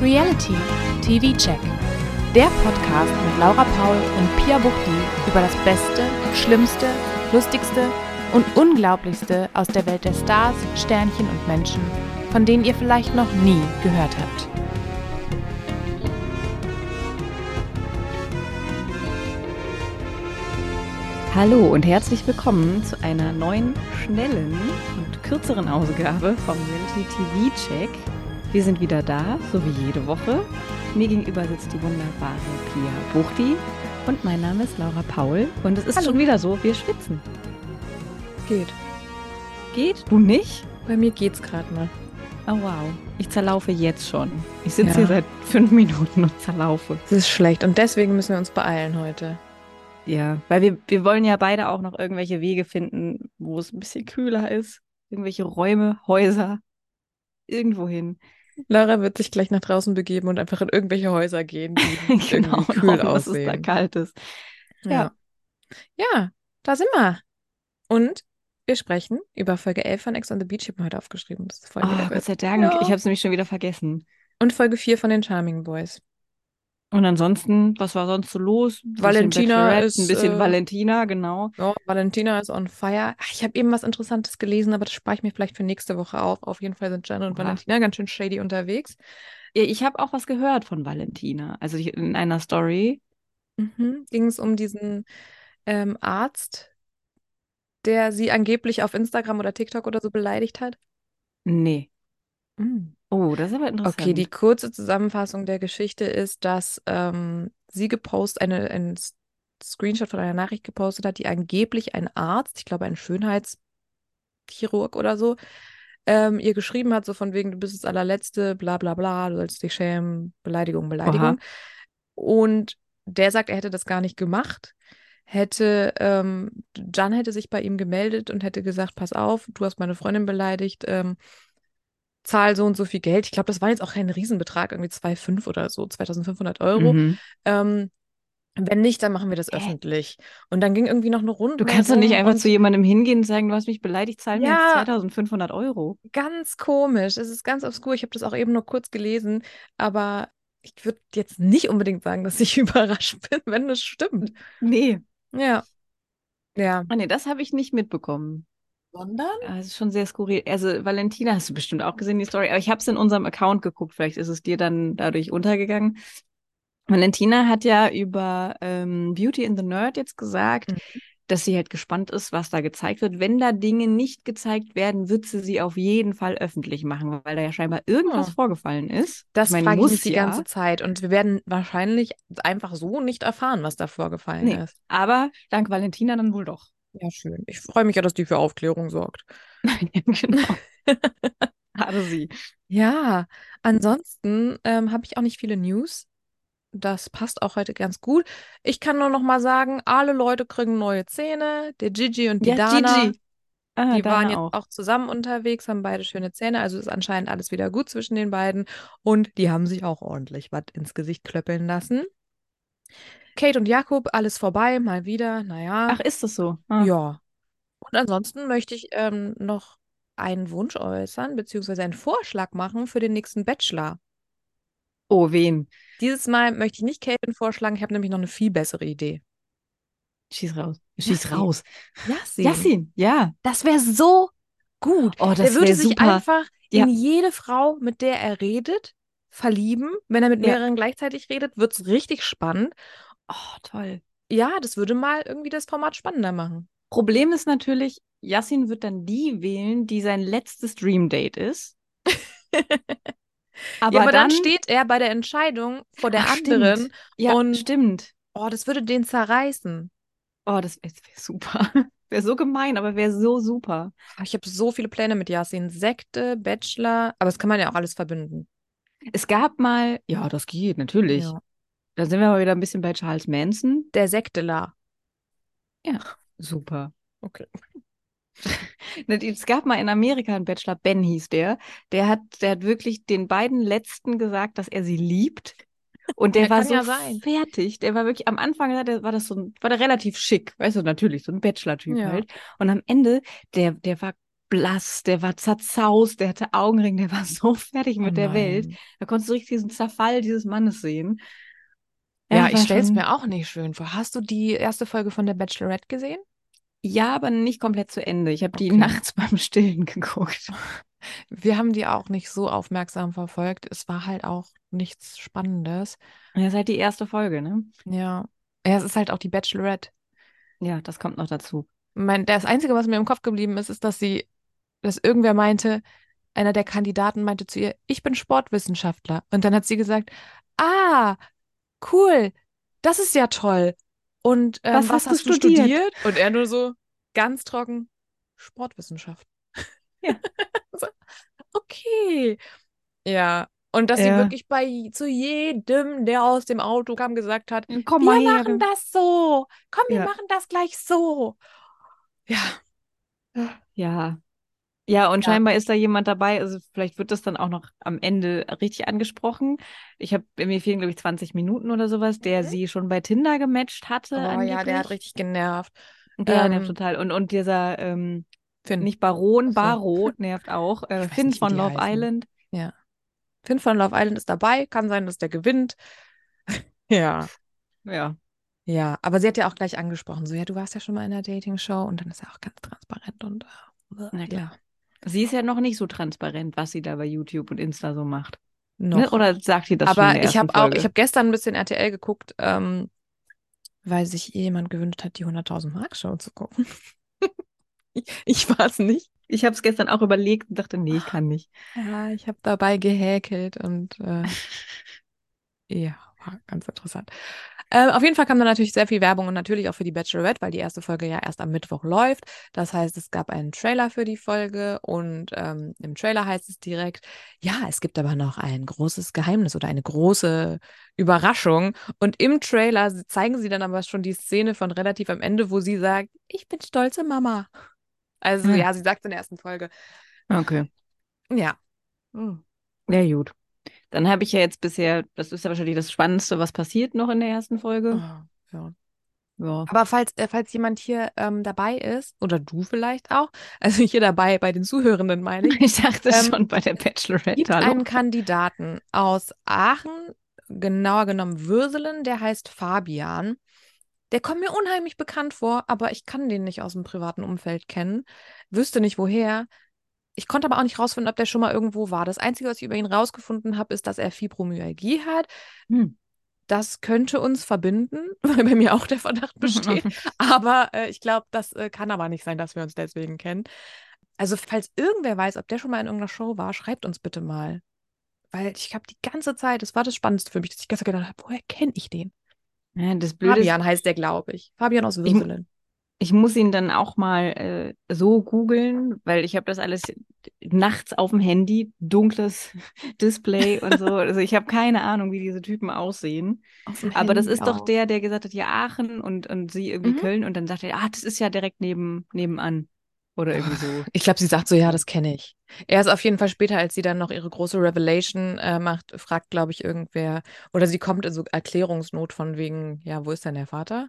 Reality TV Check. Der Podcast mit Laura Paul und Pia Buchti über das Beste, Schlimmste, Lustigste und Unglaublichste aus der Welt der Stars, Sternchen und Menschen, von denen ihr vielleicht noch nie gehört habt. Hallo und herzlich willkommen zu einer neuen, schnellen und kürzeren Ausgabe vom Reality TV Check. Wir sind wieder da, so wie jede Woche. Mir gegenüber sitzt die wunderbare Pia Buchti und mein Name ist Laura Paul und es ist Hallo. schon wieder so, wir schwitzen. Geht. Geht? Du nicht? Bei mir geht's gerade mal. Oh wow, ich zerlaufe jetzt schon. Ich sitze Ja. hier seit fünf Minuten und zerlaufe. Es ist schlecht und deswegen müssen wir uns beeilen heute. Ja, weil wir, wir wollen ja beide auch noch irgendwelche Wege finden, wo es ein bisschen kühler ist. Irgendwelche Räume, Häuser, irgendwo hin. Laura wird sich gleich nach draußen begeben und einfach in irgendwelche Häuser gehen, die genau, irgendwie kühl und hoffen, dass es da aussehen. kalt ist. ja. ja, da sind wir. Und wir sprechen über Folge 11 von Ex on the Beach. Ich habe mir heute aufgeschrieben. Das ist Oh, Folge Gott 11. sei Dank, Ja. ich habe es nämlich schon wieder vergessen. Und Folge 4 von den Charming Boys. Und ansonsten, was war sonst so los? Ein bisschen Valentina Bachelorette, ein ist, bisschen äh, Valentina, genau. Oh, Valentina ist on fire. Ach, Ich habe eben was Interessantes gelesen, aber das spare ich mir vielleicht für nächste Woche auf. Auf jeden Fall sind Jan und Oha. Valentina ganz schön shady unterwegs. Ja, ich habe auch was gehört von Valentina, also ich, in einer Story. Mhm. Ging es um diesen ähm, Arzt, der sie angeblich auf Instagram oder TikTok oder so beleidigt hat? Nee. Oh, das ist aber interessant. Okay, die kurze Zusammenfassung der Geschichte ist, dass ähm, sie gepostet, eine, ein S- Screenshot von einer Nachricht gepostet hat, die angeblich ein Arzt, ich glaube ein Schönheitschirurg oder so, ähm, ihr geschrieben hat, so von wegen, du bist das allerletzte, bla bla bla, du sollst dich schämen, Beleidigung, Beleidigung. Und der sagt, er hätte das gar nicht gemacht. Hätte, ähm, Jan hätte sich bei ihm gemeldet und hätte gesagt, pass auf, du hast meine Freundin beleidigt, ähm, zahl so und so viel Geld. Ich glaube, das war jetzt auch kein Riesenbetrag, irgendwie 2,5 oder so, 2.500 Euro. Mhm. Ähm, wenn nicht, dann machen wir das Hä? öffentlich. Und dann ging irgendwie noch eine Runde Du kannst doch nicht einfach zu jemandem hingehen und sagen, du hast mich beleidigt, zahl mir Ja. jetzt 2500 Euro. Ganz komisch. Es ist ganz obskur. Ich habe das auch eben nur kurz gelesen, aber ich würde jetzt nicht unbedingt sagen, dass ich überrascht bin, wenn das stimmt. Nee. Ja. Ja. Ah, nee, das habe ich nicht mitbekommen. Sondern? Ah, Das ist schon sehr skurril. Also, Valentina hast du bestimmt auch gesehen, die Story. Aber ich habe es in unserem Account geguckt. Vielleicht ist es dir dann dadurch untergegangen. Valentina hat ja über ähm, Beauty and the Nerd jetzt gesagt, Mhm. dass sie halt gespannt ist, was da gezeigt wird. Wenn da Dinge nicht gezeigt werden, wird sie sie auf jeden Fall öffentlich machen, weil da ja scheinbar irgendwas Oh. vorgefallen ist. Das meine, frage ich muss mich die ja. ganze Zeit und wir werden wahrscheinlich einfach so nicht erfahren, was da vorgefallen Nee. ist. Aber dank Valentina dann wohl doch. Ja, schön. Ich freue mich ja, dass die für Aufklärung sorgt. genau. Hatte sie. Ja, ansonsten ähm, habe ich auch nicht viele News. Das passt auch heute ganz gut. Ich kann nur noch mal sagen, alle Leute kriegen neue Zähne. Der Gigi und die Ja, Dana, Gigi. Ah, die waren Dana jetzt auch. auch zusammen unterwegs, haben beide schöne Zähne. Also ist anscheinend alles wieder gut zwischen den beiden. Und die haben sich auch ordentlich was ins Gesicht klöppeln lassen. Kate und Jakob, alles vorbei, mal wieder. Naja. Ach, ist das so? Ah. Ja. Und ansonsten möchte ich ähm, noch einen Wunsch äußern, beziehungsweise einen Vorschlag machen für den nächsten Bachelor. Oh, wen? Dieses Mal möchte ich nicht Caitlin vorschlagen, ich habe nämlich noch eine viel bessere Idee. Schieß raus. Schieß Yassin. raus. Yassin. Yassin, ja. Das wäre so gut. Oh, Der das würde wäre sich super. einfach Ja. in jede Frau, mit der er redet, verlieben. Wenn er mit Ja. mehreren gleichzeitig redet, wird es richtig spannend. Oh, toll. Ja, das würde mal irgendwie das Format spannender machen. Problem ist natürlich, Yassin wird dann die wählen, die sein letztes Dream Date ist. Aber, ja, aber dann, dann, steht er bei der Entscheidung vor der Ach, stimmt. anderen. Ja, und- stimmt. Oh, das würde den zerreißen. Oh, das wäre wär super. Wäre so gemein, aber wäre so super. Ah, Ich habe so viele Pläne mit Yasin. Sekte, Bachelor, aber das kann man ja auch alles verbünden. Es gab mal, ja, das geht natürlich. Ja. Da sind wir mal wieder ein bisschen bei Charles Manson. Der Sekteler. Super. Okay. Ne, Es gab mal in Amerika einen Bachelor, Ben hieß der. Der hat, der hat wirklich den beiden Letzten gesagt, dass er sie liebt. Und der Ja, war kann so ja sein. fertig. Der war wirklich, am Anfang hat er- war das so ein, war der relativ schick, weißt du, natürlich, so ein Bachelor-Typ Ja. halt. Und am Ende, der, der war blass, der war zerzaust, der hatte Augenring, der war so fertig mit Oh der nein. Welt. Da konntest du richtig diesen Zerfall dieses Mannes sehen. Ja, Er ich war stelle es schon- mir auch nicht schön vor. Hast du die erste Folge von der Bachelorette gesehen? Ja, aber nicht komplett zu Ende. Ich habe die Okay. nachts beim Stillen geguckt. Wir haben die auch nicht so aufmerksam verfolgt. Es war halt auch nichts Spannendes. Das ist halt die erste Folge, ne? Ja. Ja, es ist halt auch die Bachelorette. Ja, das kommt noch dazu. Mein, das Einzige, was mir im Kopf geblieben ist, ist, dass sie, dass irgendwer meinte, einer der Kandidaten meinte zu ihr, ich bin Sportwissenschaftler. Und dann hat sie gesagt, ah, cool, das ist ja toll. Und ähm, Was hast du studiert? Und er nur so ganz trocken, Sportwissenschaft. Ja. So, okay. Ja. Und dass sie Ja. wirklich bei zu jedem, der aus dem Auto kam, gesagt hat, Komm wir machen das so. Komm, wir Ja. machen das gleich so. Ja. Ja. Ja, und Ja. scheinbar ist da jemand dabei. Also vielleicht wird das dann auch noch am Ende richtig angesprochen. Ich habe mir fehlen, glaube ich, 20 Minuten oder sowas, der Mhm. sie schon bei Tinder gematcht hatte. Oh ja, der hat angeblich. richtig genervt. Der ähm, nervt total. Und, und dieser, ähm, Finn. nicht Baron, Hm. Ach so. Baro nervt auch. Äh, Ich weiß Finn nicht, wie von die Love heißen. Island. Finn von Love Island ist dabei. Kann sein, dass der gewinnt. Ja. Ja. Ja, aber sie hat ja auch gleich angesprochen, so ja, du warst ja schon mal in einer Dating-Show und dann ist er auch ganz transparent und äh, Na ja, klar. Sie ist ja noch nicht so transparent, was sie da bei YouTube und Insta so macht. Ne? noch. Oder sagt ihr das schon in aber der ich habe ersten auch, Folge? ich habe gestern ein bisschen RTL geguckt, ähm, weil sich jemand gewünscht hat, die 100.000 Mark Show zu gucken. ich ich war es nicht. Ich habe es gestern auch überlegt und dachte, nee, ich kann nicht. Ja, ich habe dabei gehäkelt und äh, ja, war ganz interessant. Ähm, auf jeden Fall kam da natürlich sehr viel Werbung und natürlich auch für die Bachelorette, weil die erste Folge ja erst am Mittwoch läuft. Das heißt, es gab einen Trailer für die Folge und ähm, im Trailer heißt es direkt, ja, es gibt aber noch ein großes Geheimnis oder eine große Überraschung. Und im Trailer zeigen sie dann aber schon die Szene von relativ am Ende, wo sie sagt, ich bin stolze Mama. Also Hm. ja, sie sagt in der ersten Folge, Okay. ja. Hm. Ja, gut. Dann habe ich ja jetzt bisher, das ist ja wahrscheinlich das Spannendste, was passiert noch in der ersten Folge. Ah, ja. Ja. Aber falls, äh, falls jemand hier ähm, dabei ist, oder du vielleicht auch, also hier dabei bei den Zuhörenden meine ich, Ich dachte Ähm, schon bei der Bachelorette. gibt einen Kandidaten aus Aachen, genauer genommen Würselen, der heißt Fabian. Der kommt mir unheimlich bekannt vor, aber ich kann den nicht aus dem privaten Umfeld kennen, wüsste nicht woher. Ich konnte aber auch nicht rausfinden, ob der schon mal irgendwo war. Das Einzige, was ich über ihn rausgefunden habe, ist, dass er Fibromyalgie hat. Hm. Das könnte uns verbinden, weil bei mir auch der Verdacht besteht. Aber äh, ich glaube, das äh, kann aber nicht sein, dass wir uns deswegen kennen. Also, falls irgendwer weiß, ob der schon mal in irgendeiner Show war, schreibt uns bitte mal. Weil ich habe die ganze Zeit, das war das Spannendste für mich, dass ich gestern gedacht habe, woher kenne ich den? Ja, das Blöde ist, Fabian heißt der, glaube ich. Fabian aus mu- Würselen. ich muss ihn dann auch mal äh, so googeln, weil ich habe das alles nachts auf dem Handy, dunkles Display und so. Also ich habe keine Ahnung, wie diese Typen aussehen. Aber das ist doch der, der gesagt hat, ja, Aachen und, und sie irgendwie Mhm. Köln und dann sagt er, ah, das ist ja direkt neben, nebenan. Oder irgendwie so. Ich glaube, sie sagt so, ja, das kenne ich. Er ist auf jeden Fall später, als sie dann noch ihre große Revelation äh, macht, fragt, glaube ich, irgendwer, oder sie kommt in so Erklärungsnot von wegen, ja, wo ist denn der Vater?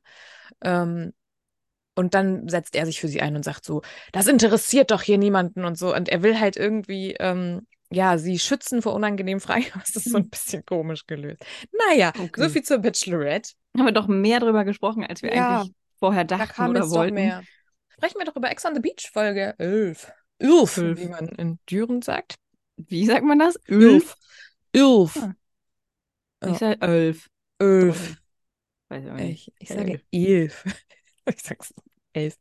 Ähm, und dann setzt er sich für sie ein und sagt so, das interessiert doch hier niemanden und so. Und er will halt irgendwie, ähm, ja, sie schützen vor unangenehmen Fragen. Das ist so ein bisschen komisch gelöst. Naja, so Mhm. Okay. viel zur Bachelorette. Haben wir doch mehr drüber gesprochen, als wir Ja, eigentlich vorher Da dachten kam oder jetzt doch wollten. mehr. Sprechen wir doch über Ex on the Beach Folge 11. Ilf, Elf. wie man in Düren sagt. Wie sagt man das? Ilf. Ilf. Ah. Ja. Ich sage elf. Elf. Weiß ich auch nicht. Ich, ich sage elf. Ich sag's elf.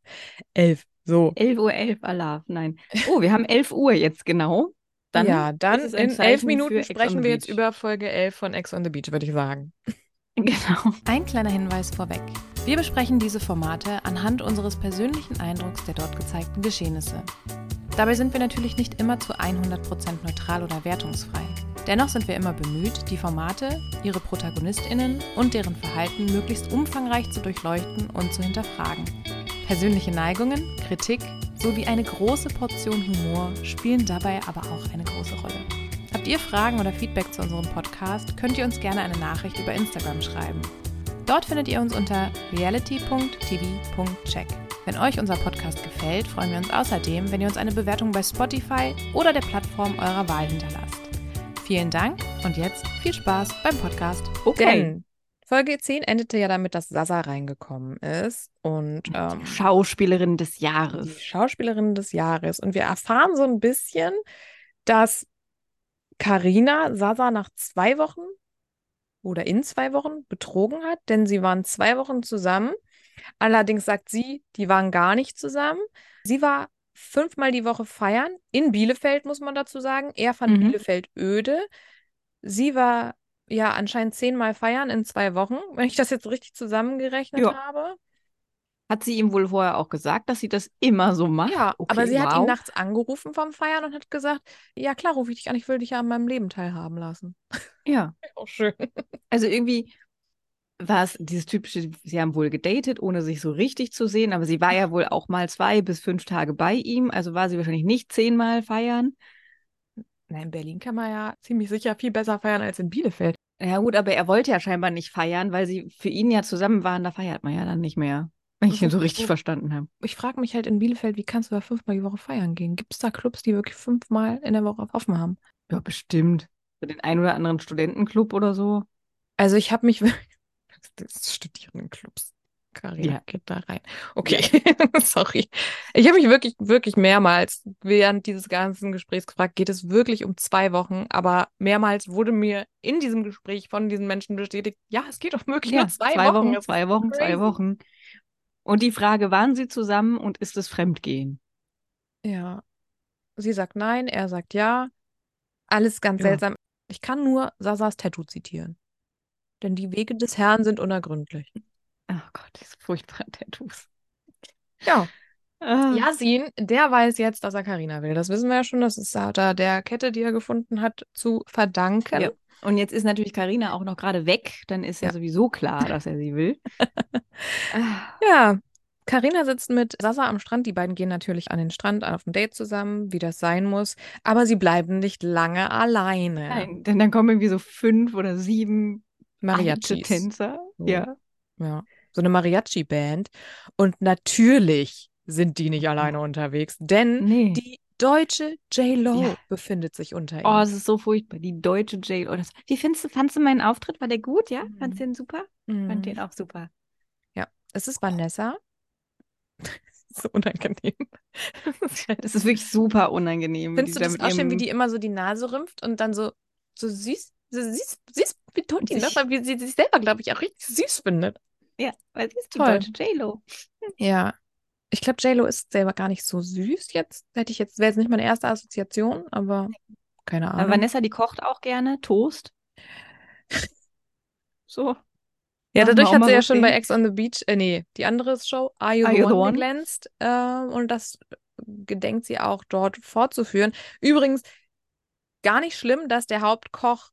Elf. So. 11 Uhr 11, Allah. Nein. Oh, wir haben 11 Uhr jetzt genau. Dann ja, dann ist es ein in elf Zeichen für Minuten Ex on sprechen the wir jetzt Beach. über Folge 11 von Ex on the Beach, würde ich sagen. Genau. Ein kleiner Hinweis vorweg. Wir besprechen diese Formate anhand unseres persönlichen Eindrucks der dort gezeigten Geschehnisse. Dabei sind wir natürlich nicht immer zu 100% neutral oder wertungsfrei. Dennoch sind wir immer bemüht, die Formate, ihre Protagonistinnen und deren Verhalten möglichst umfangreich zu durchleuchten und zu hinterfragen. Persönliche Neigungen, Kritik sowie eine große Portion Humor spielen dabei aber auch eine große Rolle. Habt ihr Fragen oder Feedback zu unserem Podcast, könnt ihr uns gerne eine Nachricht über Instagram schreiben. Dort findet ihr uns unter reality.tv.check. Wenn euch unser Podcast gefällt, freuen wir uns außerdem, wenn ihr uns eine Bewertung bei Spotify oder der Plattform eurer Wahl hinterlasst. Vielen Dank und jetzt viel Spaß beim Podcast. Denn Folge 10 endete ja damit, dass Sasa reingekommen ist und ähm, Schauspielerin des die Jahres. Schauspielerin des Jahres. Und wir erfahren so ein bisschen, dass Karina Sasa nach zwei Wochen oder in zwei Wochen betrogen hat, denn sie waren zwei Wochen zusammen. Allerdings sagt sie, die waren gar nicht zusammen. Sie war fünfmal die Woche feiern. In Bielefeld, muss man dazu sagen. Er fand Mhm. Bielefeld öde. Sie war ja anscheinend zehnmal feiern in zwei Wochen, wenn ich das jetzt richtig zusammengerechnet Ja. habe. Hat sie ihm wohl vorher auch gesagt, dass sie das immer so macht? Ja, aber Okay, sie hat ihn wow. nachts angerufen vom Feiern und hat gesagt, ja klar, rufe ich dich an, ich will dich ja an meinem Leben teilhaben lassen. Ja. Auch schön. Also irgendwie war es dieses typische, sie haben wohl gedatet, ohne sich so richtig zu sehen, aber sie war ja wohl auch mal zwei bis fünf Tage bei ihm, also war sie wahrscheinlich nicht zehnmal feiern. Na, in Berlin kann man ja ziemlich sicher viel besser feiern als in Bielefeld. Ja gut, aber er wollte ja scheinbar nicht feiern, weil sie für ihn ja zusammen waren, da feiert man ja dann nicht mehr, wenn ich ihn so richtig verstanden habe. Ich frage mich halt in Bielefeld, wie kannst du da fünfmal die Woche feiern gehen? Gibt es da Clubs, die wirklich fünfmal in der Woche offen haben? Ja, bestimmt. Für den einen oder anderen Studentenclub oder so. Also ich habe mich wirklich. Das Studierendenclubs. Karina Ja. geht da rein. Okay, sorry. Ich habe mich wirklich, wirklich mehrmals während dieses ganzen Gesprächs gefragt, geht es wirklich um zwei Wochen? Aber mehrmals wurde mir in diesem Gespräch von diesen Menschen bestätigt, ja, es geht doch wirklich nur zwei, Wochen. Das zwei Wochen, zwei crazy. Wochen. Und die Frage, waren sie zusammen und ist es Fremdgehen? Ja. Sie sagt nein, er sagt ja. Alles ganz Ja. seltsam. Ich kann nur Sasas Tattoo zitieren. Denn die Wege des Herrn sind unergründlich. Ach Gott, diese furchtbaren Tattoos. Ja. Ah. Yasin, der weiß jetzt, dass er Karina will. Das wissen wir ja schon. Das ist hat er der Kette, die er gefunden hat, zu verdanken. Ja. Und jetzt ist natürlich Karina auch noch gerade weg, dann ist ja, Ja. sowieso klar, dass er sie will. Ah. Ja. Karina sitzt mit Sasa am Strand. Die beiden gehen natürlich an den Strand, auf ein Date zusammen, wie das sein muss. Aber sie bleiben nicht lange alleine. Nein, denn dann kommen irgendwie so fünf oder sieben alte Mariachis. Tänzer. So. Ja. Ja, so eine Mariachi-Band. Und natürlich sind die nicht alleine unterwegs, denn Hm. Nee. die deutsche J-Lo Ja. befindet sich unter oh, ihnen. es ist so furchtbar. Die deutsche Jail. Oh, das- Wie findest du, fandst du meinen Auftritt? War der gut, ja? Mhm. Fandst du den super? Fand den Mhm. auch super. Es ist Vanessa. So unangenehm. Ich Das ist wirklich super unangenehm. wie Findest die du da das mit auch schön, wie ihrem- die immer so die Nase rümpft und dann so, so süß, so süß, süß betont die Sich- das, weil sie sich selber, glaube ich, auch richtig süß findet. Ja, weil sie ist die Toll. deutsche J-Lo. Ja. Ich glaube, J-Lo ist selber gar nicht so süß jetzt. Hätte ich jetzt, wäre jetzt nicht meine erste Assoziation, aber keine Aber Ahnung. Vanessa, die kocht auch gerne Toast. So. Ja, Machen wir dadurch auch hat mal sie ja was schon bei sehen. Ex on the Beach, äh, nee, die andere Show, Are You the One, geglänzt. ähm, und das gedenkt sie auch dort fortzuführen. Übrigens, gar nicht schlimm, dass der Hauptkoch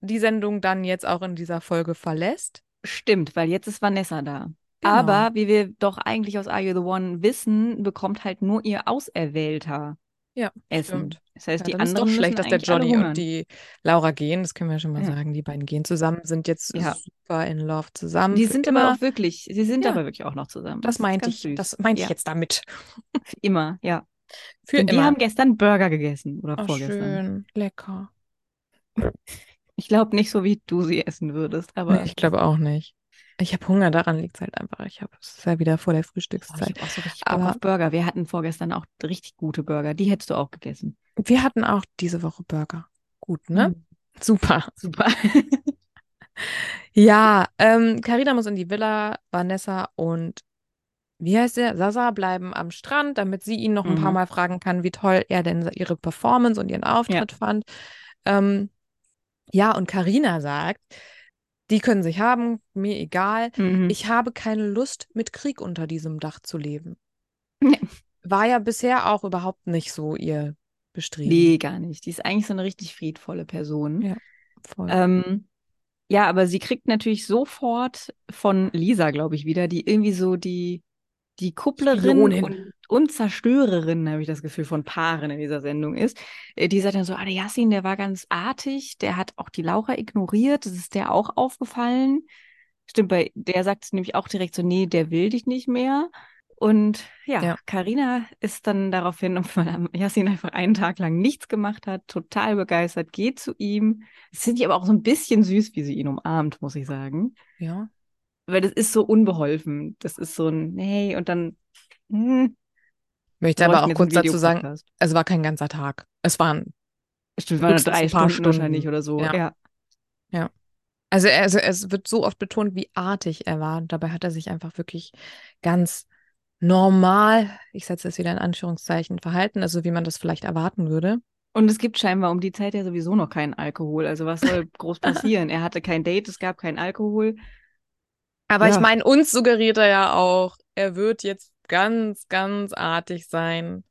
die Sendung dann jetzt auch in dieser Folge verlässt. Stimmt, weil jetzt ist Vanessa da. Genau. Aber wie wir doch eigentlich aus Are You the One wissen, bekommt halt nur ihr Auserwählter Ja, Essen. stimmt. Das heißt, Ja, die dann ist anderen doch schlecht, dass müssen der eigentlich alle Johnny und hungern. die Laura gehen. Das können wir ja schon mal Ja. sagen. Die beiden gehen zusammen, sind jetzt Ja. super in love zusammen. Die für sind immer. aber auch wirklich, sie sind Ja. aber wirklich auch noch zusammen. das ist meinte ganz ich, süß. das meinte ich Ja, jetzt damit. Für immer, ja. Für Denn immer. Wir haben gestern Burger gegessen oder Oh, vorgestern. schön, lecker. Ich glaube nicht so, wie du sie essen würdest, Nee, aber ich glaube auch nicht. Ich habe Hunger, daran liegt es halt einfach. Ich habe es ist ja wieder vor der Boah, ich Frühstückszeit. habe auch so richtig Bock Aber- auf Burger. Wir hatten vorgestern auch richtig gute Burger. Die hättest du auch gegessen. Wir hatten auch diese Woche Burger. Gut, ne? Mhm. Super. Super. Ja, ähm, Carina muss in die Villa, Vanessa und wie heißt der? Sasa bleiben am Strand, damit sie ihn noch ein paar Mhm. Mal fragen kann, wie toll er denn ihre Performance und ihren Auftritt fand. Ähm, ja, und Carina sagt, die können sich haben, mir egal. Mhm. Ich habe keine Lust, mit Krieg unter diesem Dach zu leben. Nee. War ja bisher auch überhaupt nicht so ihr Bestreben. Nee, gar nicht. Die ist eigentlich so eine richtig friedvolle Person. Ja. Voll. Ähm, ja, aber sie kriegt natürlich sofort von Lisa, glaube ich, wieder, die irgendwie so die, die Kupplerin Spionin. und, und Zerstörerin, habe ich das Gefühl, von Paaren in dieser Sendung ist. Äh, Die sagt dann so, ah, der Yassin, der war ganz artig, der hat auch die Laura ignoriert, das ist der auch aufgefallen. Stimmt, bei der sagt es nämlich auch direkt so, nee, der will dich nicht mehr. Und ja, Ja. Karina ist dann daraufhin, weil Yasin einfach einen Tag lang nichts gemacht hat, total begeistert, geht zu ihm. Es sind die aber auch so ein bisschen süß, wie sie ihn umarmt, muss ich sagen. Ja. Weil das ist so unbeholfen. Das ist so ein Hey und dann. Hm, bräuchten Möchte aber auch jetzt kurz einen dazu sagen, Videopodcast. es war kein ganzer Tag. Es waren, Stimmt, waren nur höchstens drei ein paar Stunden, wahrscheinlich Stunden. oder so. Ja. ja. also, also es wird so oft betont, wie artig er war. Und dabei hat er sich einfach wirklich ganz normal, ich setze es wieder in Anführungszeichen, verhalten, also wie man das vielleicht erwarten würde. Und es gibt scheinbar um die Zeit ja sowieso noch keinen Alkohol. Also was soll groß passieren? Er hatte kein Date, es gab keinen Alkohol. Aber Ja. ich meine, uns suggeriert er ja auch, er wird jetzt ganz, ganz artig sein.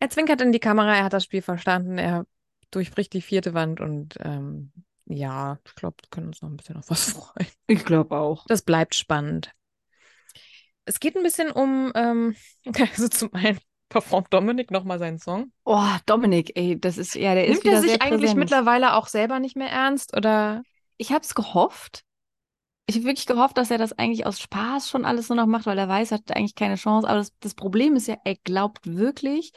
Er zwinkert in die Kamera, er hat das Spiel verstanden, er durchbricht die vierte Wand und ähm, ja, ich glaube, wir können uns noch ein bisschen auf was freuen. Ich glaube auch. Das bleibt spannend. Es geht ein bisschen um, ähm, also zum einen performt Dominik nochmal seinen Song. Oh, Dominik, ey, das ist ja, der ist Nimmt wieder er sich sehr eigentlich präsent. mittlerweile auch selber nicht mehr ernst oder? Ich habe es gehofft. Ich habe wirklich gehofft, dass er das eigentlich aus Spaß schon alles nur noch macht, weil er weiß, er hat eigentlich keine Chance. Aber das, das Problem ist ja, er glaubt wirklich,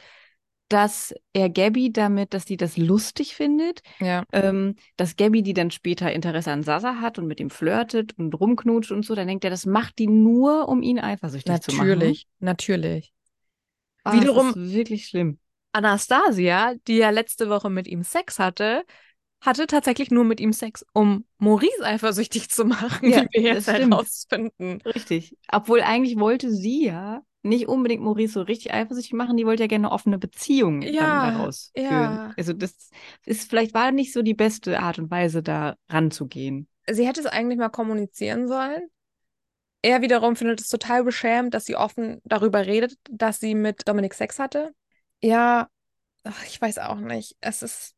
dass er Gabby damit, dass die das lustig findet, Ja. ähm, dass Gabby, die dann später Interesse an Sasa hat und mit ihm flirtet und rumknutscht und so, dann denkt er, das macht die nur, um ihn eifersüchtig Ah, Natürlich, ne? natürlich. Wiederum- Das ist wirklich schlimm. Anastasia, die ja letzte Woche mit ihm Sex hatte, hatte tatsächlich nur mit ihm Sex, um Maurice eifersüchtig zu machen, Ja, wie wir das jetzt halt stimmt. herausfinden. Richtig. Obwohl eigentlich wollte sie ja nicht unbedingt Maurice so richtig eifersüchtig machen, die wollte ja gerne eine offene Beziehung Ja, dann daraus ja. führen. Also das ist vielleicht war nicht so die beste Art und Weise, da ranzugehen. Sie hätte es eigentlich mal kommunizieren sollen. Er wiederum findet es total beschämend, dass sie offen darüber redet, dass sie mit Dominik Sex hatte. Ja, ach, ich weiß auch nicht. Es ist.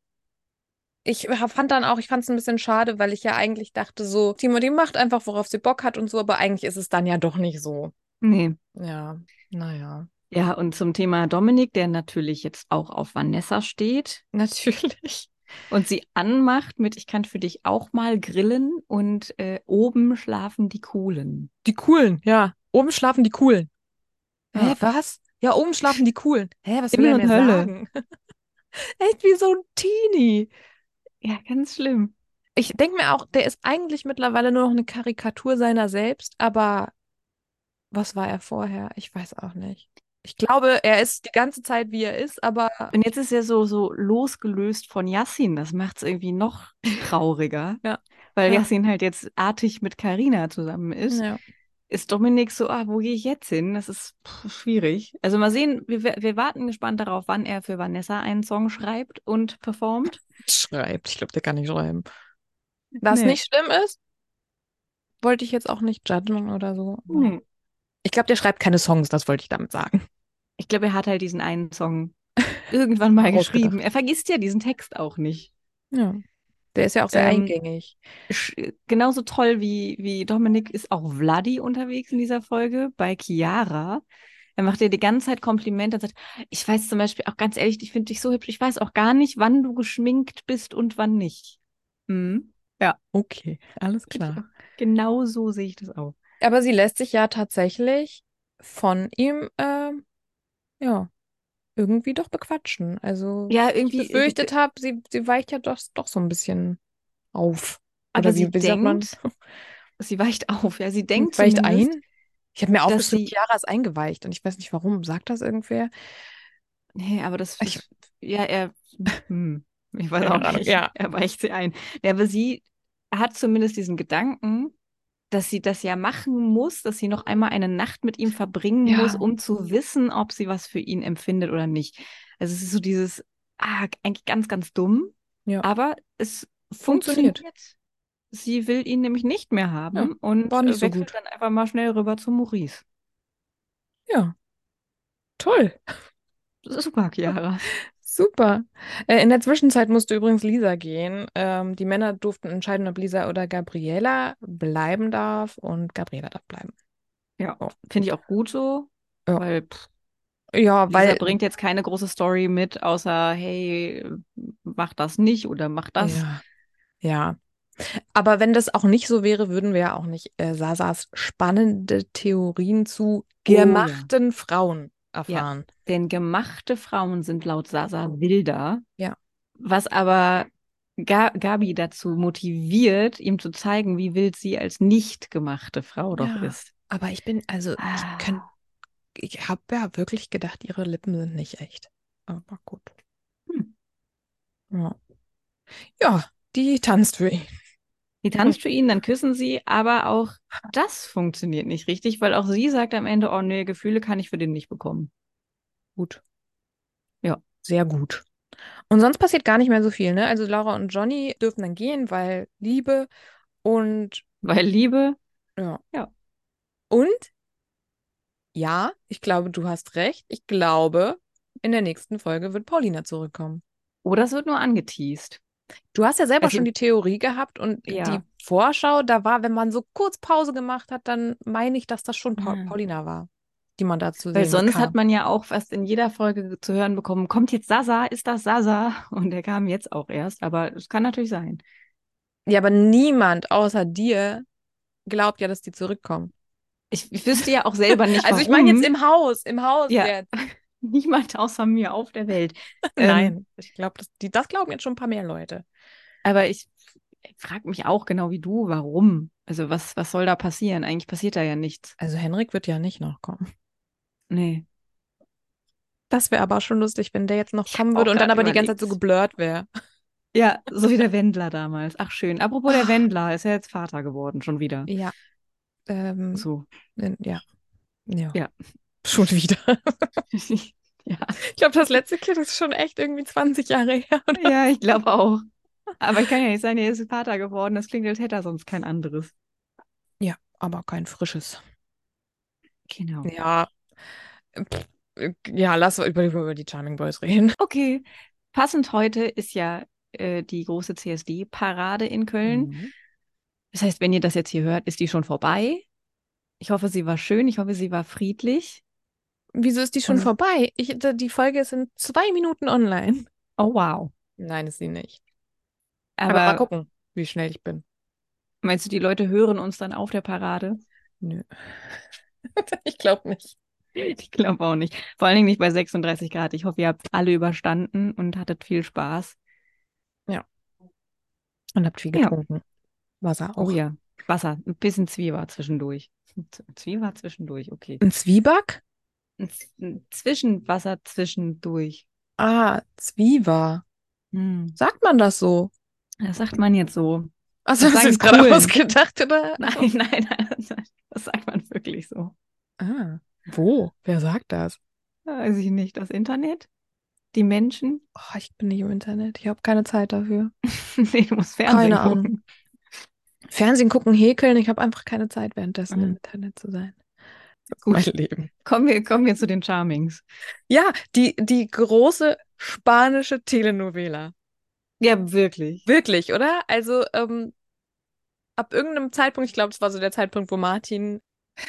Ich fand dann auch, ich fand es ein bisschen schade, weil ich ja eigentlich dachte, so, Timo, die macht einfach, worauf sie Bock hat und so, aber eigentlich ist es dann ja doch nicht so. Nee. Ja, naja. Ja, und zum Thema Dominik, der natürlich jetzt auch auf Vanessa steht Natürlich. und sie anmacht mit Ich kann für dich auch mal grillen und äh, oben schlafen die Coolen. Die Coolen, ja. Oben schlafen die Coolen. Ja. Hä, was? Ja, oben schlafen die Coolen. Hä, was Himmel will er mir und Hölle. sagen? Echt wie so ein Teenie. Ja, ganz schlimm. Ich denke mir auch, der ist eigentlich mittlerweile nur noch eine Karikatur seiner selbst, aber was war er vorher? Ich weiß auch nicht. Ich glaube, er ist die ganze Zeit, wie er ist, aber Und jetzt ist er so, so losgelöst von Yassin. Das macht es irgendwie noch trauriger. Ja. Weil Ja. Yassin halt jetzt artig mit Karina zusammen ist. ja. Ist Dominik so, ah, wo gehe ich jetzt hin? Das ist pff, schwierig. Also mal sehen, wir, wir warten gespannt darauf, wann er für Vanessa einen Song schreibt und performt. schreibt. Ich glaube, der kann nicht schreiben. Was Nee. nicht schlimm ist, wollte ich jetzt auch nicht judgen oder so. aber- Hm. Ich glaube, der schreibt keine Songs, das wollte ich damit sagen. Ich glaube, er hat halt diesen einen Song irgendwann mal Ausgedacht. geschrieben. Er vergisst ja diesen Text auch nicht. Ja. Der ist ja auch sehr Ähm, eingängig. Sch- genauso toll wie, wie Dominik ist auch Vladi unterwegs in dieser Folge bei Chiara. Er macht ihr die ganze Zeit Komplimente und sagt, ich weiß zum Beispiel auch ganz ehrlich, ich finde dich so hübsch, ich weiß auch gar nicht, wann du geschminkt bist und wann nicht. Mhm, Hm. Okay, alles Genau so sehe ich das auch. Aber sie lässt sich ja tatsächlich von ihm, ähm, ja, irgendwie doch bequatschen. Also, Ja, äh, wie irgendwie. ich befürchtet habe, sie, sie weicht ja doch, doch so ein bisschen auf. aber Oder sie wie, wie sagt man? denkt, sie weicht auf, ja, sie denkt weicht zumindest- ein. Ich habe mir aufgeschrieben, sie- Chiara ist eingeweicht und ich weiß nicht warum. Sagt das irgendwer? Nee, aber das, Ich- das ja, er, hm, ich weiß Keine auch Ahnung, nicht, ja. er weicht sie ein. Ja, aber sie hat zumindest diesen Gedanken, dass sie das ja machen muss, dass sie noch einmal eine Nacht mit ihm verbringen Ja. muss, um zu wissen, ob sie was für ihn empfindet oder nicht. Also es ist so dieses, ah, eigentlich ganz, ganz dumm, Ja. aber es Funktioniert. funktioniert. Sie will ihn nämlich nicht mehr haben Ja, und war nicht äh, so wechselt gut. dann einfach mal schnell rüber zu Maurice. Ja. Toll. Super, Chiara. Super. Äh, in der Zwischenzeit musste übrigens Lisa gehen. Ähm, die Männer durften entscheiden, ob Lisa oder Gabriela bleiben darf und Gabriela darf bleiben. Ja, finde ich auch gut so, Ja. weil pff, Ja, Lisa weil bringt jetzt keine große Story mit, außer hey, mach das nicht oder mach das. Ja. Ja. Aber wenn das auch nicht so wäre, würden wir ja auch nicht äh, Sasas spannende Theorien Oh zu ja. gemachten Frauen erfahren. Denn gemachte Frauen sind laut Sasa wilder. Ja. Was aber Ga Gabi dazu motiviert, ihm zu zeigen, wie wild sie als nicht gemachte Frau doch Ja. ist. Aber ich bin, also Ah. ich, könnt- ich habe ja wirklich gedacht, ihre Lippen sind nicht echt. Aber gut. Hm. Ja. ja, die tanzt für ihn. Die tanzt für ihn, dann küssen sie, aber auch das funktioniert nicht richtig, weil auch sie sagt am Ende, oh nee, Gefühle kann ich für den nicht bekommen. Gut. Ja. Sehr gut. Und sonst passiert gar nicht mehr so viel, ne? Also Laura und Johnny dürfen dann gehen, weil Liebe und Weil Liebe, ja. Ja. Und ja, ich glaube, du hast recht. Ich glaube, in der nächsten Folge wird Paulina zurückkommen. oder es oh, wird nur angeteased. Du hast ja selber Also- schon die Theorie gehabt und Ja. die Vorschau, da war, wenn man so kurz Pause gemacht hat, dann meine ich, dass das schon Pau- Ah. Paulina war, die man dazu Weil sehen sonst bekam. hat man ja auch fast in jeder Folge zu hören bekommen, kommt jetzt Sasa, ist das Sasa? Und der kam jetzt auch erst, aber es kann natürlich sein. Ja, aber niemand außer dir glaubt ja, dass die zurückkommen. Ich, ich wüsste ja auch selber nicht, Also ich warum. meine jetzt im Haus, im Haus Mhm. Ja. jetzt. Niemand außer mir auf der Welt. Ähm, Nein, ich glaube, das, die- das glauben jetzt schon ein paar mehr Leute. Aber ich, ich frage mich auch genau wie du, warum? Also was, was soll da passieren? Eigentlich passiert da ja nichts. Also Henrik wird ja nicht noch kommen. Nee. Das wäre aber schon lustig, wenn der jetzt noch Ich hab kommen würde auch und dann grad aber die ganze Zeit so überlegt. geblurrt wäre. Ja, so wie der Wendler damals. Ach schön. Apropos der Wendler, ist ja jetzt Vater geworden, schon wieder. Ja. Ähm, So. ja. ja. Ja. Schon wieder. ja. Ich glaube, das letzte Kind ist schon echt irgendwie 20 Jahre her. Und ja, ich glaube auch. Aber ich kann ja nicht sagen, er ist Vater geworden. Das klingt, als hätte er sonst kein anderes. ja, aber kein frisches. Genau. Ja. Pff, Ja, lass über, über die Charming Boys reden. Okay. Passend heute ist ja äh, die große CSD-Parade in Köln. Das heißt, wenn ihr das jetzt hier hört, ist die schon vorbei. Ich hoffe, sie war schön. Ich hoffe, sie war friedlich. Wieso ist die schon Und- vorbei? Ich, da- die Folge ist in zwei Minuten online. Oh, wow. Nein, ist sie nicht. Aber, Aber, mal gucken, wie schnell ich bin. meinst du, die Leute hören uns dann auf der Parade? Nö. ich glaube nicht. Ich glaube auch nicht. Vor allen Dingen nicht bei 36 Grad. Ich hoffe, ihr habt alle überstanden und hattet viel Spaß. Und habt viel Ja. getrunken. Wasser auch. Oh ja. Wasser, ein bisschen Zwieber zwischendurch. Z- Zwieber zwischendurch, okay. Ein Zwieback? Ein Z- ein Zwischenwasser zwischendurch. Ah, Zwieber. Hm. Sagt man das so? Das sagt man jetzt so. Also Das hast du sagen jetzt gerade Polen. ausgedacht, oder? Nein, nein, nein, das sagt man wirklich so. Ah, wo? Wer sagt das? Weiß ich nicht. Das Internet? Die Menschen? Oh, ich bin nicht im Internet. Ich habe keine Zeit dafür. Nee, du musst Fernsehen Keine Ahnung. gucken. Fernsehen gucken, häkeln. Ich habe einfach keine Zeit, währenddessen Mhm. im Internet zu sein. Das ist Gut. mein Leben. Kommen wir, kommen wir zu den Charmings. Ja, die, die große spanische Telenovela. Ja, wirklich. Wirklich, oder? Also ähm, ab irgendeinem Zeitpunkt, ich glaube, es war so der Zeitpunkt, wo Martin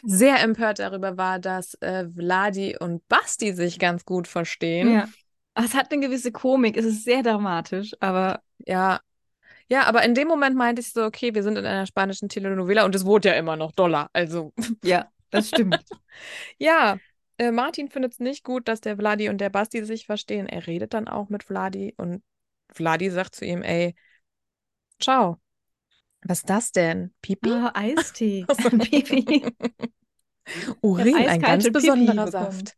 sehr empört darüber war, dass äh, Vladi und Basti sich ganz gut verstehen. Ja. Aber Es hat eine gewisse Komik, es ist sehr dramatisch, aber Ja. Ja, aber in dem Moment meinte ich so, okay, wir sind in einer spanischen Telenovela und es wurde ja immer noch Dollar. Also, ja, das stimmt. ja, äh, Martin findet es nicht gut, dass der Vladi und der Basti sich verstehen. Er redet dann auch mit Vladi und Vladi sagt zu ihm, ey, ciao. Was ist das denn? Pipi? Ah, Eistee. Ach so. Pipi. Urin, Ich hab ein ganz eiskalte Pipi besonderer bekommen. Saft.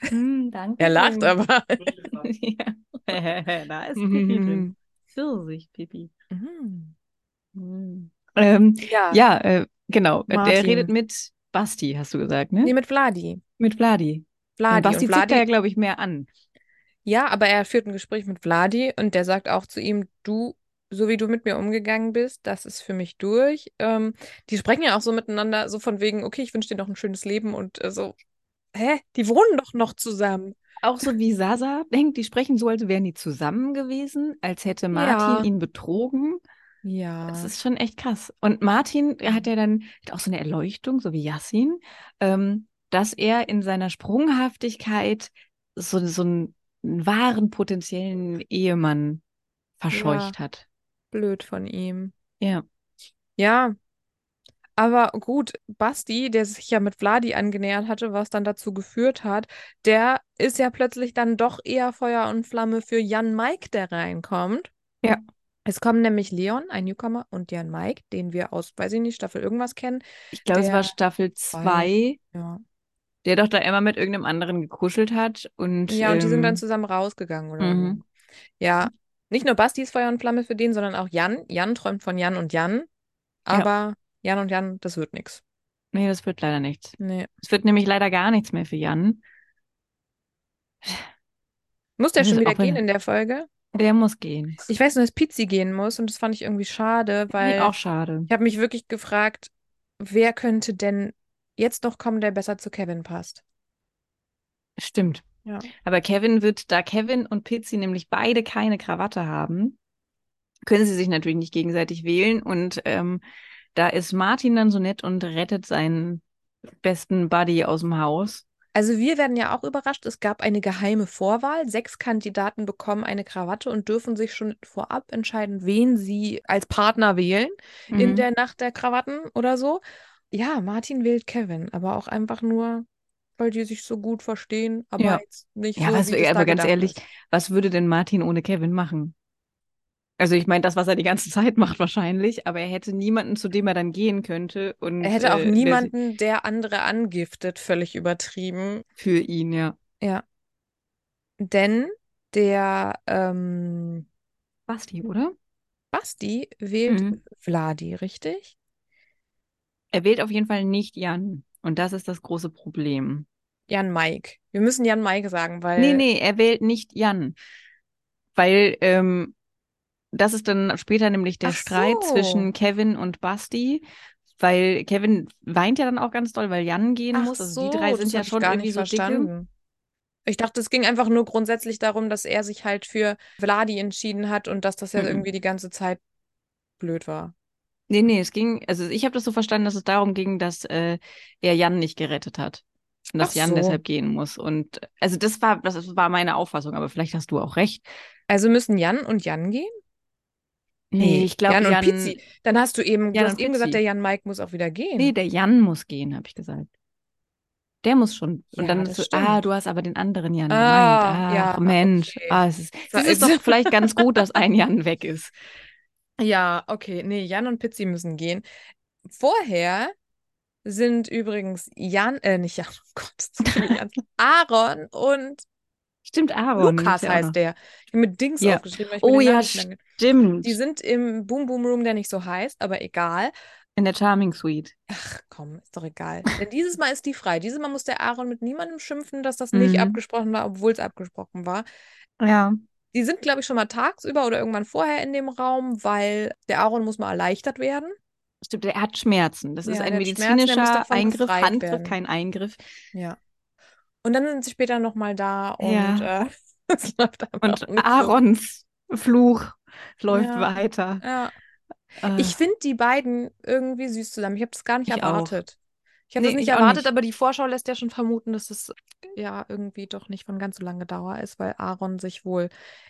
Hm, danke. Er lacht aber. ja. da ist Pipi drin. Mhm. Pfirsich, Pipi. Mhm. Hm. Ähm, Ja, ja, äh, genau. Äh, Der Martin. redet mit Basti, hast du gesagt, ne? nee, mit Vladi. Mit Vladi. Vladi. Basti und zieht Vladi da ja, glaube ich, mehr an. Ja, aber er führt ein Gespräch mit Vladi und der sagt auch zu ihm, du, so wie du mit mir umgegangen bist, das ist für mich durch. Ähm, die sprechen ja auch so miteinander, so von wegen, okay, ich wünsche dir noch ein schönes Leben und äh, so, hä, die wohnen doch noch zusammen. Auch so wie Sasa denkt, die sprechen so, als wären die zusammen gewesen, als hätte Martin Ja. ihn betrogen. Ja. Das ist schon echt krass. Und Martin hat ja dann hat auch so eine Erleuchtung, so wie Yassin, ähm, dass er in seiner Sprunghaftigkeit so, so einen, einen wahren potenziellen Ehemann verscheucht hat. blöd von ihm. Ja. Ja. Aber gut, Basti, der sich ja mit Vladi angenähert hatte, was dann dazu geführt hat, der ist ja plötzlich dann doch eher Feuer und Flamme für Jan Mike, der reinkommt. Ja. Es kommen nämlich Leon, ein Newcomer, und Jan Mike, den wir aus, weiß ich nicht, Staffel irgendwas kennen. Ich glaube, es Der- war Staffel 2, Ja. der doch da immer mit irgendeinem anderen gekuschelt hat. Und, Ja, und die sind dann ähm, zusammen rausgegangen oder mhm. so. Ja, nicht nur Basti ist Feuer und Flamme für den, sondern auch Jan. Jan träumt von Jan und Jan. Aber Jan und Jan, das wird nichts. Nee, das wird leider nichts. Nee. Es wird nämlich leider gar nichts mehr für Jan. Muss der Das schon ist wieder auch eine- gehen in der Folge? Der muss gehen. Ich weiß nur, dass Pizzi gehen muss und das fand ich irgendwie schade, weil auch schade. ich habe mich wirklich gefragt, wer könnte denn jetzt noch kommen, der besser zu Kevin passt? Stimmt. Ja. Aber Kevin wird, da Kevin und Pizzi nämlich beide keine Krawatte haben, können sie sich natürlich nicht gegenseitig wählen. Und ähm, da ist Martin dann so nett und rettet seinen besten Buddy aus dem Haus. Also wir werden ja auch überrascht, es gab eine geheime Vorwahl. Sechs Kandidaten bekommen eine Krawatte und dürfen sich schon vorab entscheiden, wen sie als Partner wählen in Mhm. der Nacht der Krawatten oder so. Ja, Martin wählt Kevin, aber auch einfach nur, weil die sich so gut verstehen, aber Ja. jetzt nicht Ja, so, was wie wir- das da aber ganz gedacht ehrlich, ist. was würde denn Martin ohne Kevin machen? Also ich meine, das, was er die ganze Zeit macht wahrscheinlich, aber er hätte niemanden, zu dem er dann gehen könnte. Und, Er hätte auch äh, der niemanden, der andere angiftet, völlig übertrieben. sie- für ihn, ja. Denn der ähm, Basti, oder? Basti wählt Mhm. Vladi, richtig? Er wählt auf jeden Fall nicht Jan. Und das ist das große Problem. Jan Maik. Wir müssen Jan Maik sagen, weil. Nee, nee, er wählt nicht Jan. Weil ähm, das ist dann später nämlich der Ach Streit so. zwischen Kevin und Basti. Weil Kevin weint ja dann auch ganz doll, weil Jan gehen Ach muss. Also so, die drei sind das ja hab ich schon gar irgendwie nicht so dicke. verstanden. Ich dachte, es ging einfach nur grundsätzlich darum, dass er sich halt für Vladi entschieden hat und dass das ja Mhm. irgendwie die ganze Zeit blöd war. Nee, nee, es ging, also ich habe das so verstanden, dass es darum ging, dass äh, er Jan nicht gerettet hat. Und dass Ach Jan so. deshalb gehen muss. Und also das war, das war meine Auffassung, aber vielleicht hast du auch recht. Also müssen Jan und Jan gehen? Nee, ich glaube, Jan und Pizzi. Dann hast du Jan eben, du hast und Pizzi. eben gesagt, der Jan Maik muss auch wieder gehen. Nee, der Jan muss gehen, habe ich gesagt. Der muss schon. Und Ja, dann das so, stimmt. ah, du hast aber den anderen Jan gemeint. Ah, Ach, ja, Mensch. okay. Ah, es ist, So also es ist ist- doch vielleicht ganz gut, dass ein Jan weg ist. Ja, okay. Nee, Jan und Pizzi müssen gehen. Vorher sind übrigens Jan, äh, nicht Jan, oh Gott, das sind viele Jans. Aaron und Stimmt, Oh, Aaron. ist Lukas ja auch noch- heißt der. Ich habe mit Dings Ja. aufgeschrieben, weil ich Oh mir den Namen ja, nicht merke. stimmt. Die sind im Boom Boom Room, der nicht so heißt, aber egal. In der Charming Suite. Ach komm, ist doch egal. Denn dieses Mal ist die frei. Dieses Mal muss der Aaron mit niemandem schimpfen, dass das nicht Mhm. abgesprochen war, obwohl es abgesprochen war. Ja. Die sind, glaube ich, schon mal tagsüber oder irgendwann vorher in dem Raum, weil der Aaron muss mal erleichtert werden. Stimmt, er hat Schmerzen. Das ist Ja, ein der hat Schmerzen, der muss medizinischer davon Eingriff, befreit Handgriff, werden. kein Eingriff. Ja. Und dann sind sie später nochmal da und Ja. äh, es läuft einfach Und nicht so. Aarons Fluch läuft Ja. Ah. weiter. Ja. Äh, Ich finde die beiden irgendwie süß zusammen. Ich habe das gar nicht Ich auch. erwartet. Ich habe Nee, das nicht ich auch erwartet, nicht. aber die Vorschau lässt ja schon vermuten, dass es ja irgendwie doch nicht von ganz so langer Dauer ist, weil Aaron sich wohl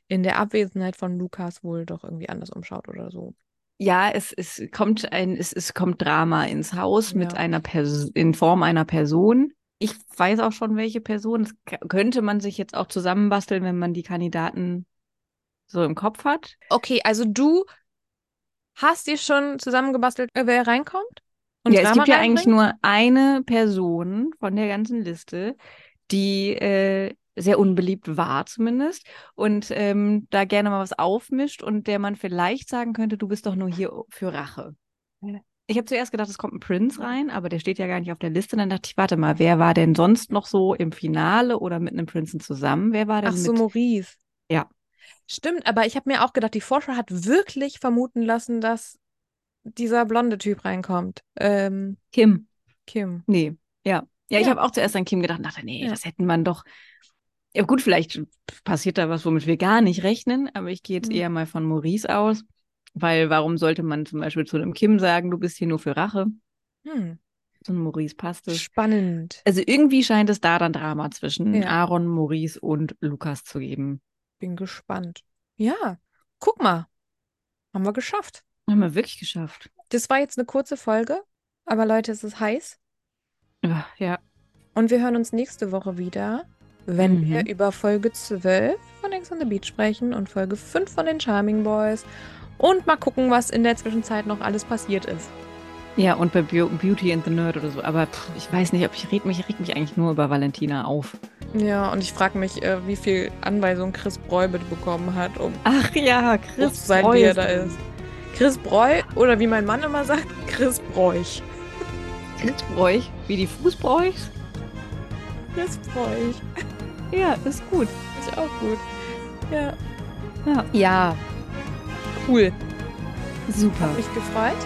in der Abwesenheit von Lukas wohl doch irgendwie anders umschaut oder so. Ja, es, es kommt ein, es, es kommt Drama ins Haus mit Ja. einer Person, in Form einer Person. Ich weiß auch schon, welche Person. Das k- könnte man sich jetzt auch zusammenbasteln, wenn man die Kandidaten so im Kopf hat. Okay, also du hast dir schon zusammengebastelt, äh, wer reinkommt? Und ja, es Drama gibt ja eigentlich reinbringt? nur eine Person von der ganzen Liste, die äh, sehr unbeliebt war zumindest und ähm, da gerne mal was aufmischt und der man vielleicht sagen könnte, du bist doch nur hier für Rache. Ja. Ich habe zuerst gedacht, es kommt ein Prinz rein, aber der steht ja gar nicht auf der Liste. Und dann dachte ich, warte mal, wer war denn sonst noch so im Finale oder mit einem Prinzen zusammen? Wer war denn Ach so, mit? Maurice. Ja. Stimmt, aber ich habe mir auch gedacht, die Vorschau hat wirklich vermuten lassen, dass dieser blonde Typ reinkommt. Ähm, Kim. Kim. Nee, ja. Ja, ich Ja. habe auch zuerst an Kim gedacht und dachte, nee, Ja. das hätten man doch. Ja, gut, vielleicht passiert da was, womit wir gar nicht rechnen, aber ich gehe jetzt Hm. eher mal von Maurice aus, weil warum sollte man zum Beispiel zu einem Kim sagen, du bist hier nur für Rache? Hm. Zu einem Maurice passt es. Spannend. Also irgendwie scheint es da dann Drama zwischen Ja. Aaron, Maurice und Lukas zu geben. Bin gespannt. Ja, guck mal. Haben wir geschafft. Haben wir wirklich geschafft. Das war jetzt eine kurze Folge, aber Leute, es ist heiß. Ah, Ja. Und wir hören uns nächste Woche wieder, wenn Mhm. wir über Folge 12 von Ex on the Beach sprechen und Folge 5 von den Charming Boys. Und mal gucken, was in der Zwischenzeit noch alles passiert ist. Ja, und bei Beau- Beauty and the Nerd oder so. Aber pff, ich weiß nicht, ob ich red mich, ich reg mich eigentlich nur über Valentina auf. Ja, und ich frage mich, äh, wie viel Anweisungen Chris Bräubit bekommen hat, um Ach ja, Chris Chris zu sein, Roy wie er da drin. ist. Chris Bräu oder wie mein Mann immer sagt, Chris Bräuch. Chris Bräuch, wie die Fußbräuchs. Chris Bräuch. Ja, ist gut. Ist auch gut. Ja, Ja, ja cool. super. Mich gefreut.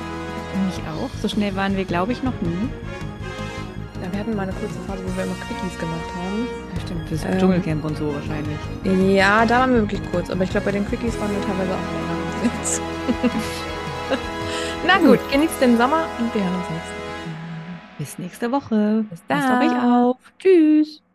Mich auch. So schnell waren wir, glaube ich, noch nie. Ja, wir hatten mal eine kurze Phase, wo wir immer Quickies gemacht haben. Ja, stimmt, fürs Ähm. Dschungelcamp und so wahrscheinlich. Ja, da waren wir wirklich kurz, aber ich glaube, bei den Quickies waren wir teilweise auch länger als jetzt. Na gut, genießt den Sommer und wir hören uns nächstes Mal. Bis nächste Woche. Bis Passt auf euch dann. auf. Tschüss.